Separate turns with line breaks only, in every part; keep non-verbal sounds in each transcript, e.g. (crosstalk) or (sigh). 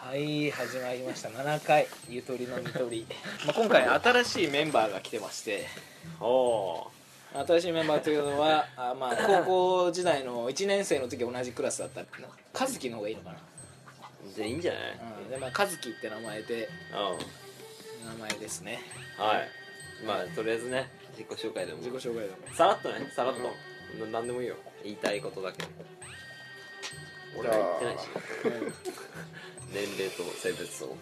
はい始まりました7回ゆとりのみとり、まあ、今回新しいメンバーが来てまして
お
新しいメンバーというのはあ、まあ、高校時代の1年生の時同じクラスだった和樹の方がいいのか
ーでいいんじゃない
な、うんでまあ、和樹って名前で
う
名前ですね
んはいまあとりあえずね自己紹介でも
自己紹介だも
さらっとねさらっと、ななんでもいいよ言いたいことだけ俺は言ってないし年齢と性別を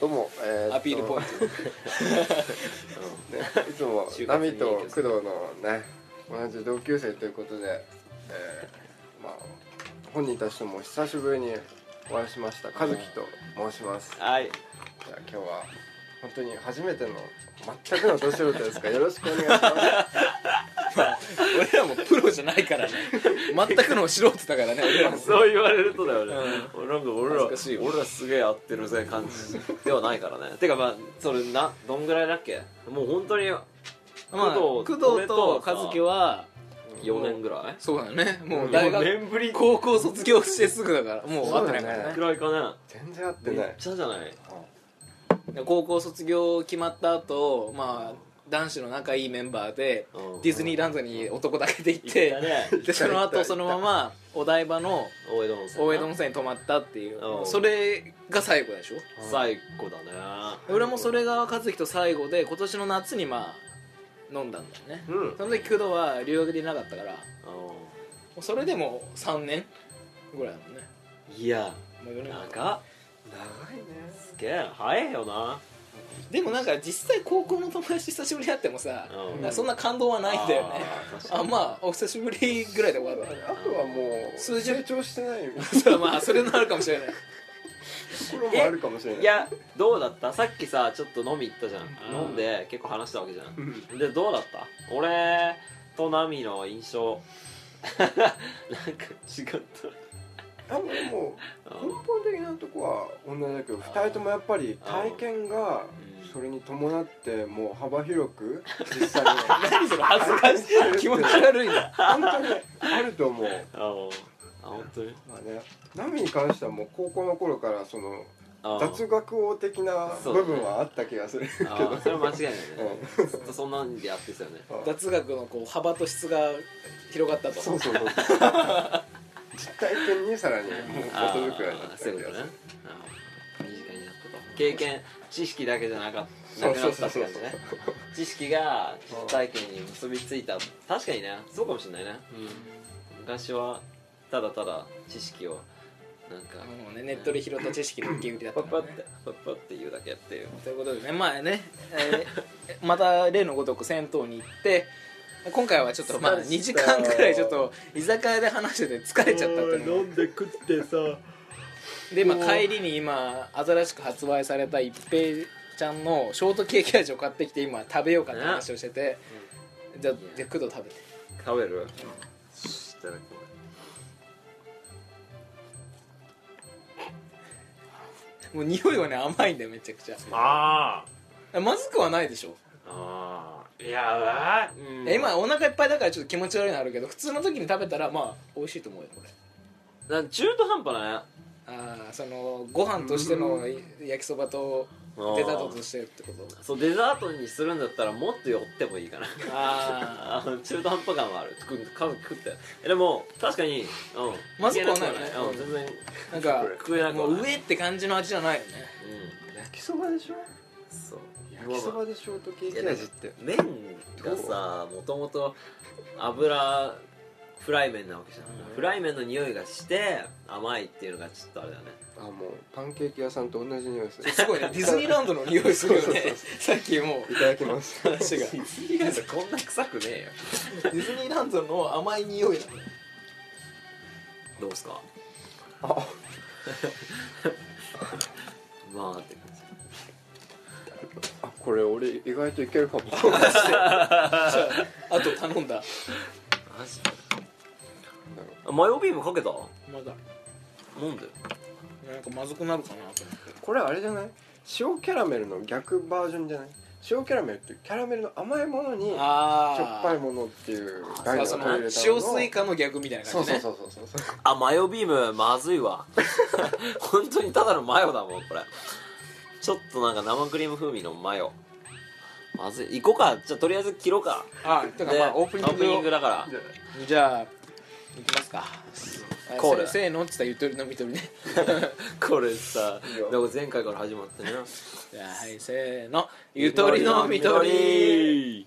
どうも、え
アピールポイン
ト、ね、いつもナミと工藤のね同じ同級生ということで、えーまあ、本人たちとも久しぶりにお会いしました和樹と申します
はい
じゃあ今日は本当に初めての全くの年素人ですからよろしくお願いします
俺らもプロじゃないからね全くの素人だからね俺らも
(laughs) そう言われるとだよね、俺なんか俺
恥
ら
ずかしいよ
俺らすげえ合ってるぜ感じではないからねてかまあそれなどんぐらいだっけもう本当に
まあ、工
工藤
藤と和樹は
4年ぐらい
そうだねもう大
4
学
年ぶり
高校卒業してすぐだからもう会ってないから
そうだ
ね
ね
くらいかね
全然会って
め
な
っ
い
ちゃじゃない
で高校卒業決まった後まあ男子の仲いいメンバーで
うん
ディズニーランドに男だけで行っ
行ってたね
でその後そのままお台場の
大江戸温泉
大江戸温泉に泊まったっていう
うん
それが最後でしょ
最高だね
俺もそれが和樹と最後で今年の夏にまあ飲んだんだよね
うん
その時工藤は留学でいなかったからもうそれでも3年ぐらいだもんね
いや
もう4年ぐらい
長っ
長いね
すげえ早いよな
でもなんか実際高校の友達久しぶりに会ってもさ
うん
なんかそんな感動はないんだよね
あー確か
あ
に
まあお久しぶりぐらいで終わるわ
あとはもう
数十
成長してない
そうまあそれのあるかもしれない
ところもあるかもしれない
いやどうだったさっきさちょっと飲み行ったじゃん
うん
飲んで結構話したわけじゃん
うん
でどうだった俺とナミの印象 (laughs) なんか違っ
あんまりもう
た
根本的なとこは同じだけど2人ともやっぱり体験が
うん
それに伴ってもう幅広く実際に
何それ恥ずかしい気持ち悪いな
本当にあると思う、
あのあ本当に
まあね、ナミに関してはもう高校の頃からその
あ
雑学王的な
そうだ
部
ね
分はあった気がするけ
あ
ど
ーそれは間違いないね
う
ずっとそんなんでやってたよね
ん
脱学のこう幅と質が広がったと
そうそうそう実体験にさらにもう基づくようにな
あ
っ
ー
た気
そういうことね
がする
あー身近になったと経験知識だけじゃなかった
そ
な
う
く
そ
な
う
った
そう
って
そ
感じ
う
ね知識が実体験に結びついた確かにねそうかもしれないね、昔はただただ知識をなんか
もうねネットで拾った知識の受け売りだっ
パ
た
ッパ
からね
ってパッパって言うだけっていう
ということでねまあね、えーまた例のごとく銭湯に行って今回はちょっとまあ
疲れてた
2時間くらいちょっと居酒屋で話してて疲れちゃったっていうのも
んで食ってさ
で、まあ、帰りに今新しく発売された一平ちゃんのショートケーキ味を買ってきて今食べようかって話をしてて、じゃあじゃあ工藤食べて
食べるいただきます
もう匂いはね甘いんだよめちゃくち
あ
ゃまずくはないでしょ、
ーあーいやばい、うん
今お腹いっぱいだからちょっと気持ち悪いのあるけど普通の時に食べたらまあ美味しいと思うよこれ
なんか中途半端だね
ああそのご飯としての焼きそばと
うん
デザートとしてってこと
そうデザートにするんだったらもっと寄ってもいいかな
あ
あの中途半端感はある食家族食ってえでも確かにうん
まずくはないよね
うん全然
あなんか
食えなく
も
はないう
上って感じの味じゃないよね
うん
焼きそばでしょ
そう
焼きそばでショートケー
いや
キ味って
麺がさもともと油フライ麺なわけじゃん、
うん
フライ麺の匂いがして甘いっていうのがちょっとあれだね
あもうパンケーキ屋さんと同じ匂いする
すごい
(laughs)
ねディズニーランドの匂いするよ
そうそうそ
ね
う
さっきも
いただきます
う話がデ
こんな臭くねえよ
ィズニーランドの甘い匂いだね
どうっすか
あ
(laughs) まあって感じ
あこれ俺意外といける (laughs) かもなんだ
あと頼んだ
マジ
ろう
あマヨビームかけた
まだ
なんで
なんかまずくなるかなと思って
これあれじゃない塩キャラメルの逆バージョンじゃない塩キャラメルっていうキャラメルの甘いものにしょ
ああ
っぱいものっていう概
あ
念
そ
を
の
取り入れたの
塩スイカの逆みたいな
そ
感
う
じ
そう
ね
そうそうそうそう
あマヨビームまずいわ (laughs) 本当にただのマヨだもんこれちょっとなんか生クリーム風味のマヨまずい行こうかじゃあとりあえず切ろうか
あてかまあオープニングを
だから
じゃあ
じゃあいきますかあ
コール
せせーのっつったらゆとりのみとりね
これさ
いいよ
なんか前回から始まってね
じゃあはいせーのゆとりのみとり
り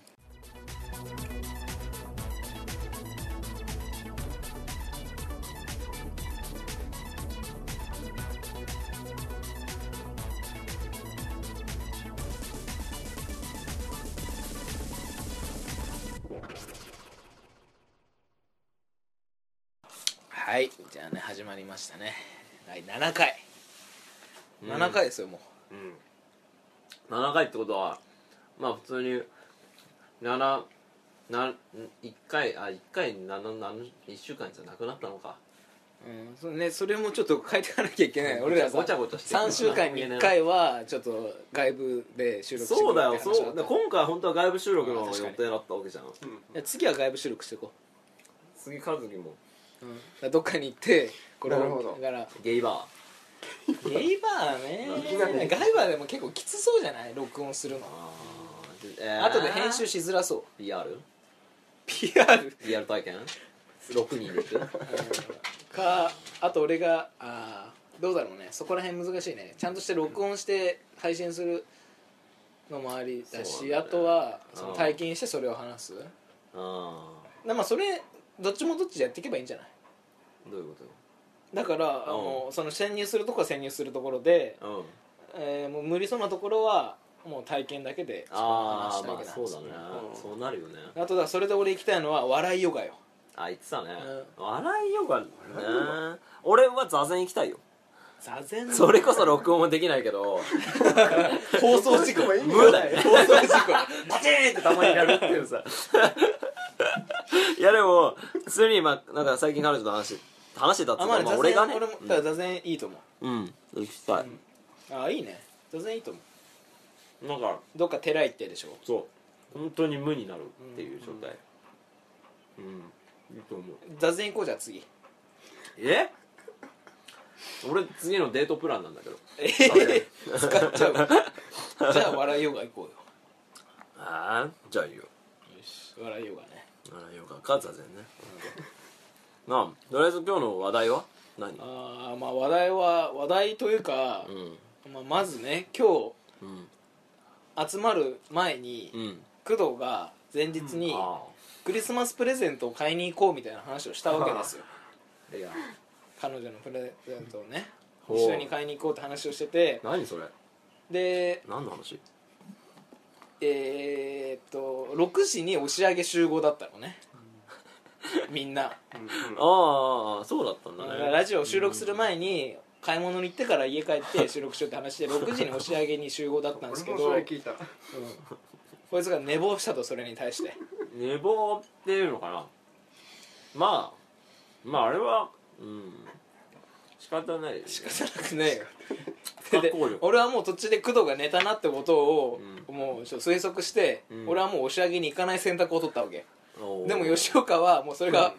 はいじゃあね始まりましたね第7回7回ですよも
うん
7回ってことはまあ普通に7な1回あ一回71週間じゃなくなったのか
う、うんそね、それもちょっと変えていかなきゃいけない俺らさ
ごちゃごちゃしてる
3週間に1回はちょっと外部で収録して
そうだ
く
よ
るって話
そう
った
だ今回本当は外部収録の
あ
予
確かに
定だったわけじゃん
いや次は外部収録していこ
次和樹も
う、うん、だからどっかに行ってこれ
なるほ
を
ど
だから
ゲイバ
ゲイバーね外バーでも結構きつそうじゃない録音するの
ーあーえー
後で編集しづらそう
PR?
PR
PR 体験6人で (laughs) 行く
かあと俺があーどうだろうねそこら辺難しいねちゃんとして録音して配信するのもありだし
そうなんだね
あとはその
うん
体験してそれを話す
あ
なまあそれどっちもどっちでやっていけばいいんじゃない
あどういうこ
だからあのその潜入するとこは潜入するところで、
とうん
えーもう無理そうなところはもう体験だけでそこは
ああ
話したいけ
まあ
ど
そうだね
うん
そうなるよね
あとだからそれで俺行きたいのは笑いヨガよ
あ言ってたね笑いヨガね俺は座禅行きたいよ
座禅
それこそ録音もできないけど
放送事故
も意味
無だよ
放送事
(laughs)
故
パチーンってたまにやるっていうさ (laughs) いやでも普通に今なんか最近彼女と話して話してたってい
あ
う
まあ
か、
ね座
まあ、
禅
俺がね
俺もだから座禅いいと思う
うん行きたい、
ああいいね座禅いいと思う
なんか
どっか寺行ってでしょ
そう本当に無になるっていう状態うん、いいと思う
座禅行こうじゃあ次
え俺次のデートプランなんだけど
えへへ (laughs) 使っちゃうわじゃあ笑いヨガ行こうよ
ああじゃあいいよ
よし笑いヨガね
あらよかった座禅ねなあとりあえず今日の話題は何う
ああまあ話題は話題というか、
ん
まあ、まずね今
うん
日集まる前に、
うん
工藤が前日に
あ
クリスマスプレゼントを買いに行こうみたいな話をしたわけですよ
あいや
彼女のプレゼントをね
ほう
一緒に買いに行こうって話をしてて
何それ
で
何の話
えー、っと6時に押し上げ集合だったのねみんな、
ああそうだったんだね
ラジオを収録する前に買い物に行ってから家帰って収録しようって話で6時に押し上げに集合だったんですけ
俺
ど
もそれ聞いた
うんこいつが寝坊したとそれに対して
寝坊っていうのかなまあまああれはうん仕方ない
仕方なくね
不
で
可抗力
俺はもう途中で工藤が寝たなってことを、もうちょっと推測して、
うん
俺はもう押し上げに行かない選択を取ったわけ
おー
でも吉岡はもうそれが、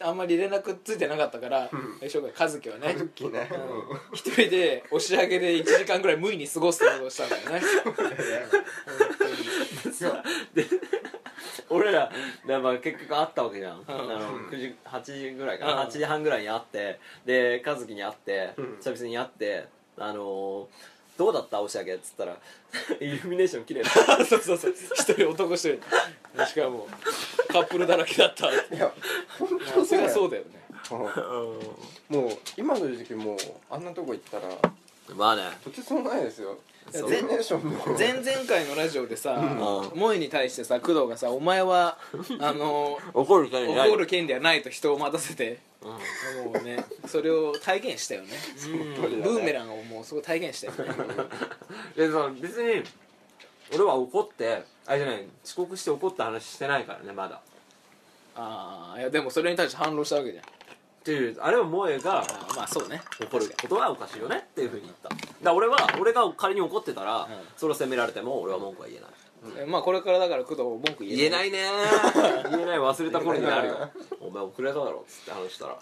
あんまり連絡ついてなかったから、吉岡和樹はね
さっきね
一人で押し上げで1時間ぐらい無理に過ごすってことをしたんだよね
(laughs) 俺らで、まあ、結局会ったわけじゃん、あの
ん
9時8時ぐらいか
うん
な、8時半ぐらいに会ってで和樹に会って
うん
久々に会ってあのーどうだった押し上げっつったら (laughs) イルミネーション綺麗だ
(laughs) そうそうそう一人男一人しかもカップルだらけだった
いや本当
それがそううだよね
うんもう今の時期もうあんなとこ行ったら
まあね
とてつもないですよ
いや
イ
ぜ
ルミネーションも
前々回のラジオでさ
うん
萌えに対してさ工藤がさ「お前はあ (laughs) の
怒る人
怒る権利はない」と人を待たせて
うん
もうねそれを体現したよね
本当に
ブ
だね
ーメランをもうすごい体現したよね
でその別に俺は怒ってあれじゃない遅刻して怒った話してないからねまだ
ああいやでもそれに対して反論したわけじゃん
っていうあれは萌えが
あーまあそうね
怒ることはおかしいよねっていうふうに言ったら俺は俺が仮に怒ってたら、
ん
それを責められても俺は文句は言えない
えまあこれからだから工藤文句言
言
え
え
ない
ないね (laughs) 言えない忘れた頃になるよお前遅れただろっつって話したら、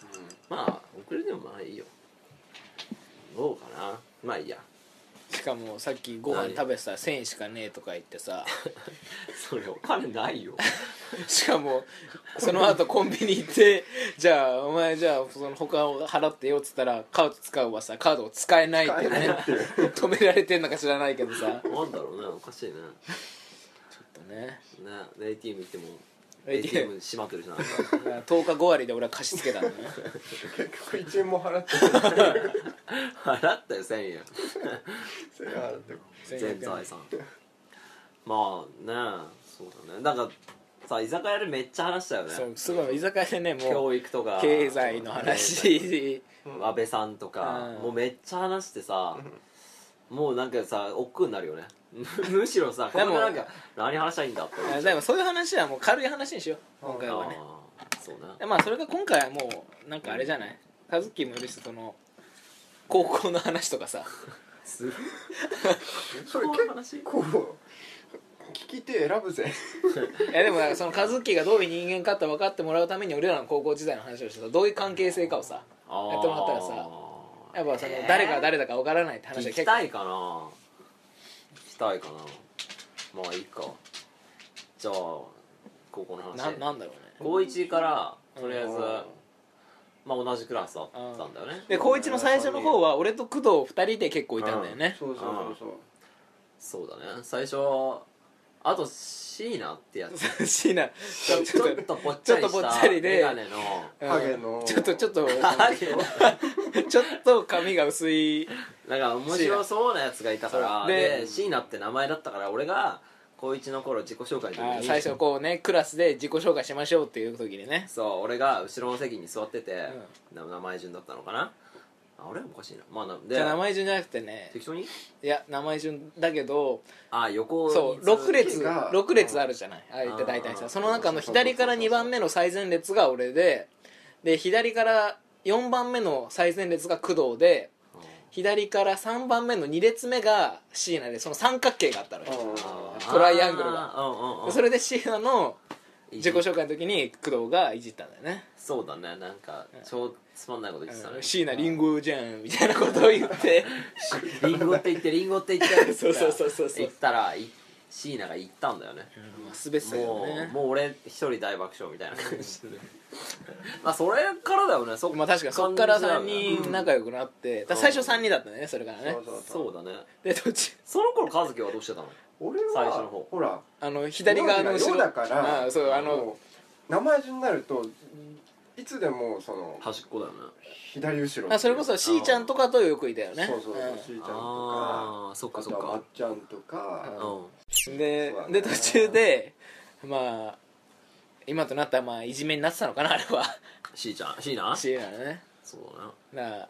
まあ遅れてもまあいいよどうかなまあいいや (laughs)
しかもさっきご飯食べてたら1000円しかねえとか言って (laughs) さ
それお金ないよ
しかもその後コンビニ行ってじゃあお前じゃあその他を払ってよっつったらカード使うはさカードを使えないってね止められてんのか知らないけどさちょ
なんだろうねおかしいね
っとね
ねで ATM 行っても
ATM
ATM 閉まってるしなんか
10日5割で俺は貸し付けた (laughs) んだね
結局1円も払ってな
(laughs)
い
払ったよ1000円
それ払って
全財産まあねそうだねだからさ居酒屋でめっちゃ話したよね
そうすごい居酒屋でねもう
教育とか
経済の話
安倍さんとか、
うん
もうめっちゃ話してさ、もうなんかさ億劫になるよね (laughs) むしろさこ
で
れ
も
なんか何話したらいいんだって思っちゃう
あでもそういう話はもう軽い話にしよう今回はね
あーそうね
でまあそれが今回はもうなんかあれじゃない和樹もいるしその高校の話とかさ
すごい
それ結構聞き手選ぶぜ
いやでもなんかその和樹がどういう人間かって分かってもらうために俺らの高校時代の話をしてさどういう関係性かをさやってもらったらさ
あー
やっぱその
えー
誰が誰だか分からないって話は
聞
結構
きたいかな聞きたいかなまあいいかじゃあ高校の話
ななんだろうね
高1からとりあえず
うん
まあ同じクラスだったんだよね
で高一の最初の方は俺と工藤2人で結構いたんだよね
そうそうそうそう
そうだね最初あと椎名っ
(laughs)
てやつ
寂しいな
ちょちょっとぽっちゃり
ちょっとぽ
し
ったちゃりで
メ
(laughs)
ガネの
うん
ハゲの
ちょっとちょ
(laughs)
っと
ハゲの
ちょっと髪が薄い
なんか面白そうなやつがいたから
そうで
で椎名って名前だったから俺が高一の頃自己紹介の時
あー
に
最初こうねクラスで自己紹介しましょうっていう時にね
そう俺が後ろの席に座ってて、な名前順だったのかなあ俺おかしいなまあなで
じゃあ名前順じゃなくてね
適当に
いや名前順だけど
あ横に
そう
ずーっと
6列
が
6列あるじゃないああ言って
あー
大体さ
あー
その中の
そうそうそうそう
左から2番目の最前列が俺でで左から4番目の最前列が工藤で
うん
左から3番目の2列目が椎名でその三角形があったのよ
あー
トライアングルが
あーうんうんうん
でそれで椎名の自己
いじ
紹介の時に工藤がいじったんだよね
そうだねなんか超つまんないこと言ってたね
うん椎名リンゴじゃんみたいなことを言って
リンゴって言ってリンゴって言って
そう (laughs) そうそうそうそう
言ったらい椎名が言ったんだよね
まあ滑ってたけど
もう
ね
もう俺一人大爆笑みたいな感じで (laughs) まあそれからだよねそ
まあ確かにそっから3
感じだよね
人仲良くなって、だから最初3人だったんだよねそれからね
そうそう
そうだね
で途中
その頃和樹はどうしてたの
俺は
最初の方
ほら
あの左側の後
世
ろ
だから
ああそうあの
もう名前順になるといつでもその
端っこだよね
左後ろ
あそれこそしーちゃんとかとよくいたよね
そうそうそうしーちゃんとか
ああーそっ
あ
かそ
と
っ
はま
か
っちゃんとか
う
うん
うんで
そうだね
で途中でまあ今となったらまあいじめになってたのかなあれは
しーちゃんしーな
しーなのね
そうだな
だか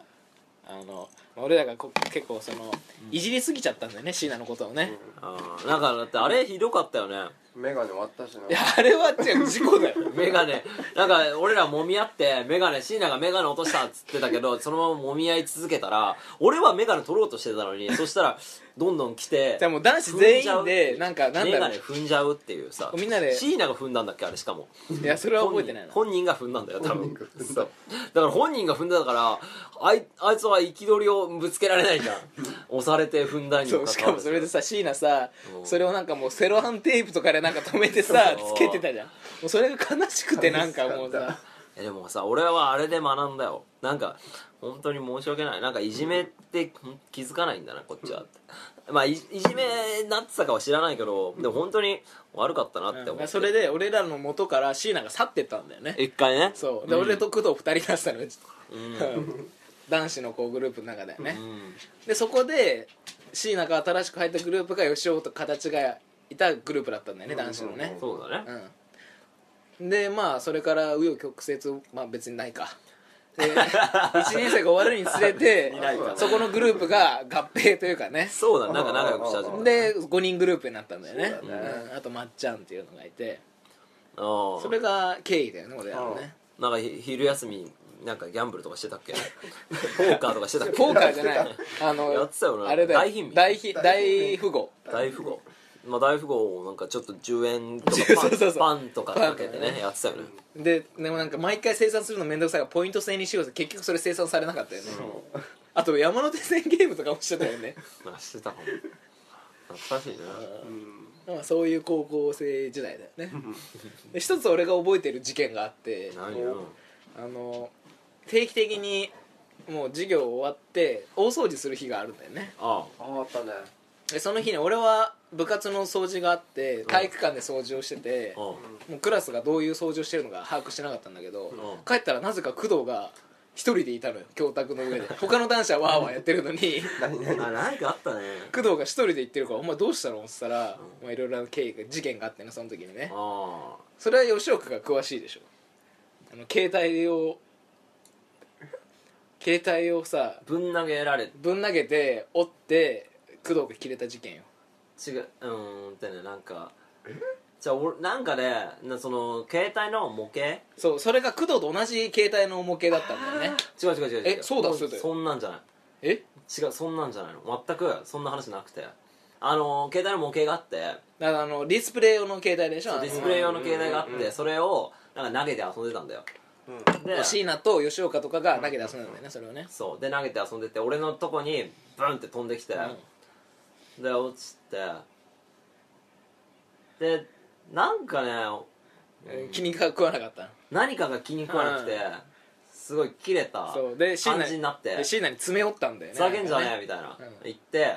らあのまあ俺らがこ結構そのいじりすぎちゃったんだよね椎名のことをね、
あーなんかだってあれひどかったよね
メガネ割ったしない
やあれは違う事故だよ
メガネなんか俺ら揉み合ってメガネ椎名がメガネ落としたっつってたけどそのまま揉み合い続けたら俺はメガネ取ろうとしてたのにそしたらどんどん来て
じゃあもう男子全員でなんかなん
メ
だ
ガ
ろ
ネ踏んじゃうっていうさ
みんなで
椎名が踏んだんだっけあれしかも
ういやそれは覚えてないな
本人本人が踏んだんだよ多分
本人が踏ん
そ
だ
うだから本人が踏んだからあいあいつは憤りをぶつけられな
(laughs)
いじゃん押されて踏んだに
そう
わず
しかもそれでさ椎名さ
うん
それをなんかもうセロハンテープとかでなんか止めてさ
そう
つけてたじゃんもうそれが悲しくてなんかもう
悲しか
さ
えでもさ俺はあれで学んだよなんか本当に申し訳ないなんかいじめってほん気づかないんだなこっちはってまあいいじめになってたかは知らないけどでも本当に悪かったなって思って、
うんそれで俺らの元から椎名が去ってったんだよね
一回ね
そうで
ん
俺と工藤2人だったのよ
うん、
(laughs) 男子のこうグループの中だよね
うん
でそこで椎名が新しく入ったグループが吉尾と形がいたグループだったんだよね男子のね
そうだね、
うんでまあそれから紆余曲折まあ別にないかで (laughs) 1年生が終わるにつれて
いないか
そこのグループが合併というかね
そうだねなんか仲良くし始めた
で5人グループになったんだよね
そうだね
うんあとまっちゃんっていうのがいて
あ
それが経緯だよね俺らの
うん
ね
なんかひ昼休みなんかギャンブルとかしてたっ (laughs) けポーカーとかしてたっけ
ポーカーじゃない
(laughs)
あ
や
の
ってたよね
あれだよ
大貧民
大ひ大富豪
大富豪まあ大富豪をなんかちょっと10円とかパン
そうそうそう
パンとかかけてねやってたよね
ででもなんか毎回生産するの面倒くさいからポイント制にしようぜ結局それ生産されなかったよね (laughs) あと山手線ゲームとかもしてたよね
まあしてたかも懐かしいね
まあそういう高校生時代だよねで一つ俺が覚えてる事件があって
何よ
あの定期的にもう授業終わって大掃除する日があるんだよね
あ
ああったね
でその日に俺は部活の掃除があって体育館で掃除をしてて、
ああ
もうクラスがどういう掃除をしてるのか把握してなかったんだけど、
ん
帰ったらなぜか工藤が一人でいたのよ教卓の上
(laughs)
で他の男子はわーわーやってるのに
ああなんかあったね
工藤が一人で行ってるから「お前どうしたの?」っつったら、まあ、いろいろな経緯が事件があってねその時にね
あ
それは吉岡が詳しいでしょあの携帯を携帯をさ
あぶん投げられ
ぶん投げて折って工藤が切れた事件よ
違ううーんってねなんかじゃあ俺なんかねなその携帯の模型
そうそれが工藤と同じ携帯の模型だったんだよね
違う違う違う違う
えそうだ
も
そうだよ
そんなんじゃない
え
違うそんなんじゃないの全くそんな話なくてあの携帯の模型があって
だからあのディスプレイ用の携帯でしょあの
ディスプレイ用の携帯があってそれをなんか投げて遊んでたんだよで
椎名と吉岡とかが投げ出すんだよねそれをね
そうで投げて遊んでて俺のとこにブンって飛んできて、で落ちてでなんかね
気に食わなかった
何かが気に食わなくて、すごい切れた
のそうで椎
感
名
じになって
で椎名に詰め寄ったんだよ
ふ
ね
ざけんじゃねえみたいな、
うん
言って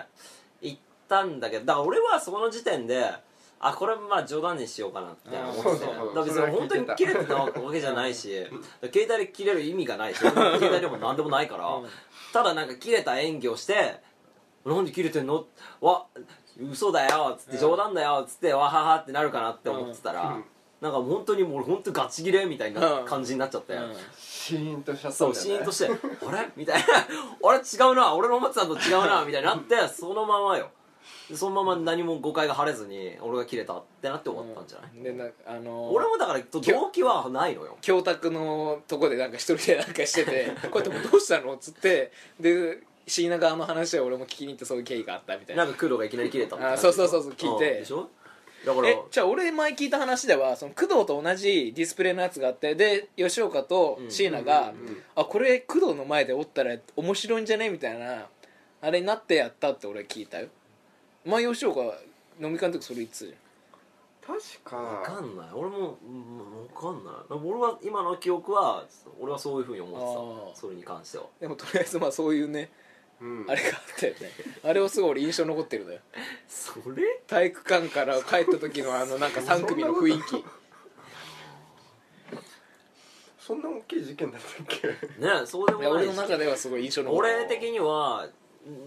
行ったんだけどだから俺はその時点であこれまあ冗談にしようかなって思って
うんそうそうそ
だ
う
から別に本当に切れてたわけじゃないし携帯で切れる意味がないし携帯でも何でもないから、ただなんか切れた演技をして「なんで切れてんの?」わ嘘だよ」っつって「冗談だよ」っつって「わはは」ってなるかなって思ってたら、なんか本当にもう本当ガチ切れみたいな
うん
感じになっちゃって、
うん
シーンとしちゃった
そ
ん
う
だよ
シーンと
ね
して「あれ?」みたいな (laughs) 「あれ違うな俺の思ってたのと違う
(laughs)
な」みたいになってそのままよでそのまま何も誤解が晴れずに俺が切れたってなって終わったんじゃない、
でなあの
俺もだからと動機はないのよ
教託のとこでなんか一人でなんかして
(laughs)
て「こうやってもうどうしたの?」っつってで椎名側の話は俺も聞きに行ってそういう経緯があったみたい
な
なん
か空路がいきなり切れたって
あ
感じ
そうそうそうそう聞いて
うんでしょだから
えじゃあ俺前聞いた話ではその工藤と同じディスプレイのやつがあってで吉岡と椎名が、あこれ工藤の前でおったら面白いんじゃねみたいなあれになってやったって俺聞いたよ前吉岡飲み会の時それ言ってたじゃん
確
わか
か
んない俺もうんわかんない俺は今の記憶は俺はそういうふうに思って
あー
たそれに関しては
でもとりあえずまあそういうね
うん
あれがあったよねあれはすごい俺印象残ってるのよ
それ
体育館から帰った時のあのなんか3組の雰囲気
そんな大きい事件だったっけ
ねそうでも
い
ない
や
し
俺の中ではすごい印象残ってる
俺的には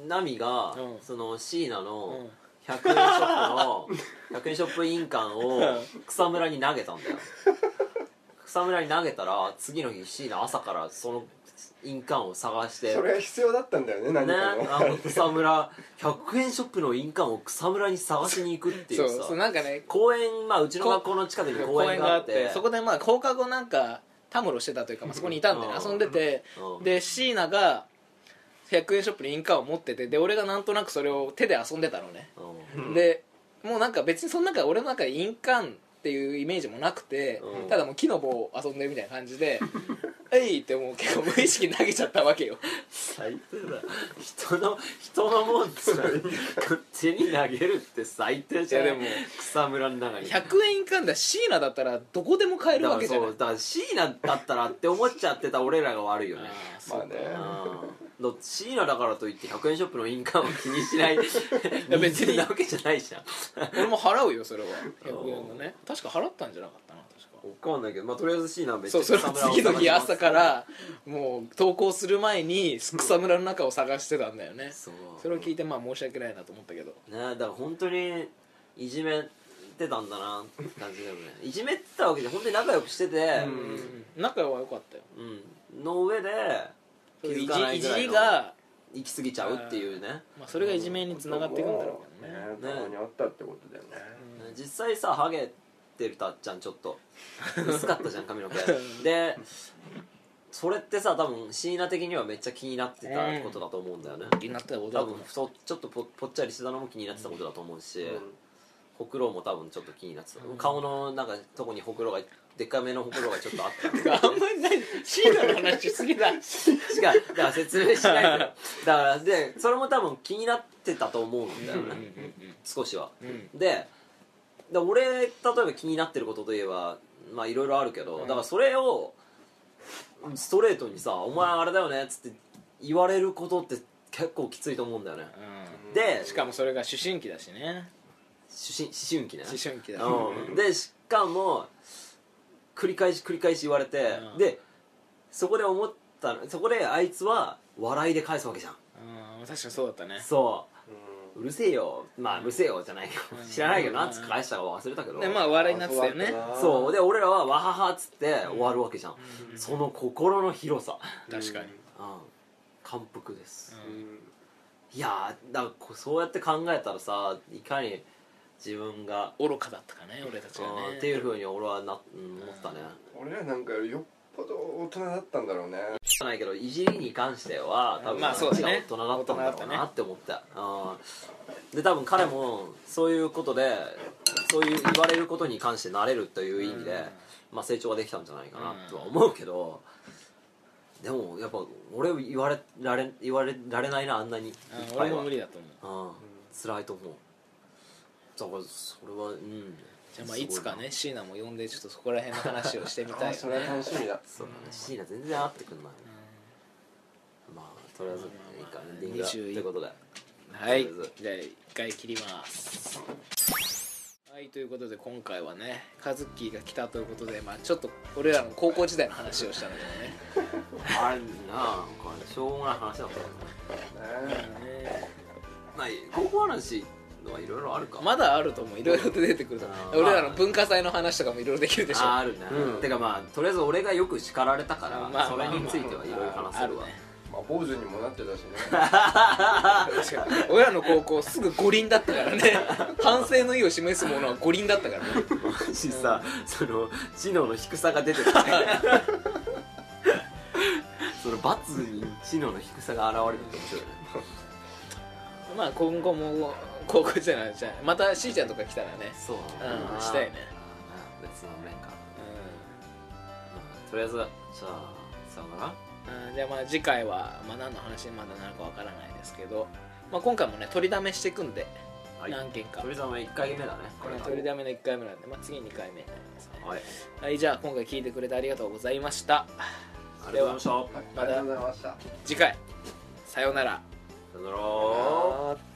ナミが、
うん
その椎名
う
の
ん
100円
(laughs)
ショップの100円ショップ印鑑を草むらに投げたんだよ草むらに投げたら次の日椎名朝からその印鑑を探して
それが必要だったんだよね何
ね、
か
あ
の
の草むら100円ショップの印鑑を草むらに探しに行くってい
そうう
さ
そうなんかね
公園まあうちの学校の近くに公
公
園
園
が
が
あ
あ
っ
っててそこでまあ放課後なんかたむろしてたというか、まあ、そこにいたんで、ね、
うん
遊んでて
うん
で椎名が100円ショップに印鑑を持っててで俺がなんとなくそれを手で遊んでたのね、
うん
でもうなんか別にその中俺の中で印鑑っていうイメージもなくて、
うん
ただもう木の棒を遊んでるみたいな感じ
(laughs)
で「えい!」ってもう結構無意識に投げちゃったわけよ
最低だ人の人のもんつら勝手に投げるって最低じゃない
いやでも
草むらの中に
100円印鑑だ椎名だったらどこでも買える
だ
わ
か
け
ら
じゃ
そ
ないう
だから椎名だったらって思っちゃってた俺らが悪いよね
あー
ま
そ
あ
う
うん
ね
だって椎名だからといって100円ショップの印鑑を気にしない
や別に
人間なわけじゃないじゃん
俺も払うよそれは100円のね確か払ったんじゃなかったな確か
わかんないけどまあとりあえず椎名はめっち
そ
ゃ
うそれ
草
は
むらを
次の日
探します
朝からもう登校する前に草むらの中を探してたんだよね
そ
そうれを聞いてまあ申し訳ないなと思ったけど
ねだから本当にいじめてたんだなって感じだよねいじめてたわけで本当に仲良くしてて、
仲は良かったよ
うん、の上で気づかないいぐ
じ
らい
り
の
が、
行き過ぎちゃうっていうね
まあ、それがいじめにつながっていくんだろうけどね
ねたまにあったってことだよね
実際さハ (laughs) ゲてるたっちゃんちょっと薄かったじゃん髪の毛でそれってさ多分椎名的にはめっちゃ気になってたことだと思うんだよね、
気になってたこと
多
だと思
分そうちょっとぽぽっちゃりしてたのも気になってたことだと思うし、ほくろも多分ちょっと気になってた、顔のなんかとこにほくろがでっかめのほくろがちょっとあった (laughs)
うあんまりないシーナの話しすぎだ
しかだから説明しないでだからでそれも多分気になってたと思うんだよね、少しは
うん
でで俺例えば気になってることといえばまあいろいろあるけど、だからそれをストレートにさ「お前あれだよね」っつって言われることって結構きついと思うんだよね、で
しかもそれが思春期だしね
思春思春期ね
思春期だ
うんでしかも繰り返し繰り返し言われて、
うん
でそこで思ったのそこであいつは笑いで返すわけじゃん
うん確かにそうだったね
そうううるせえよまあうるせえよじゃないけど
うん
知らないけど
うん
なんつって返したか忘れたけど
でまあ笑いになってたよね
そうで俺らはわははっつって終わるわけじゃん、その心の広さ、
確かに
うん、感服です、
う
うんん
いやーだからこうそうやって考えたらさいかに自分が、
愚かだったかね俺たちが
うん
ね
っていうふうに俺はな、うん、思ったね、
俺らなんかよりよっぽど大人だったんだろうね
じゃないけどいじりに関しては多分
まあそう
こっ
だ
ちが
ね
大人だったんだろうなって思ったうんで多分彼もそういうことでそういう言われることに関して慣れるという意味で、まあ、成長ができたんじゃないかなとは思うけど、でもやっぱ俺言われられ言われられないなあんなにいっ
うん
ぱ
俺
いは
も無理だと思う
うん辛いと思うだからそれはうん
じゃあまあいつか
すご
ね椎名も呼んでちょっとそこら辺の話をしてみた
あ
い
そ
よ
れは
ね
楽しみだ
そうだね椎名全然会ってくんない、まあとりあえずいいかエンディングだと
21
いうことで
はいじゃあ一回切りますはいということで今回はねカズッキーが来たということでまあちょっと俺らの高校時代の話をしたのでね
あれなあこれしょうもない話だったからね
ね
まあ高校話のはいろいろあるか
まだあると思ういろいろと出てくると思
あ
う
ー
俺らの文化祭の話とかもいろいろできるでしょ
ああるね、
うん
てかまあとりあえず俺がよく叱られたから、
まあ
それについてはいろいろ話せるわ、
まあ坊主にもなってたし
(laughs)
ね
確かに (laughs) 俺らの高校すぐ五輪だったからね反省の意を示すものは五輪だったからね
マジさ、その知能の低さが出て (laughs) たねその罰に知能の低さが現れるって面白いね
まあ今後も高校時代の話じゃあまたしーちゃんとか来たらね
そう
うんしたいね
別の面から、うんとりあえずじゃあさよなら
うんじゃあまあ次回は、まあ、何の話にまだなるかわからないですけど、まあ、今回もね取りだめしていくんで、
はい
何件か
とりあえずお前1回目だねこれが
取りだめの1回目なんで、まあ、次2回目になりますね
はい
はいじゃあ今回聞いてくれてありがとうございました
ありがとうございました
はい
ま
ありが
だ
とうございました
次回さようなら
さよなら
あー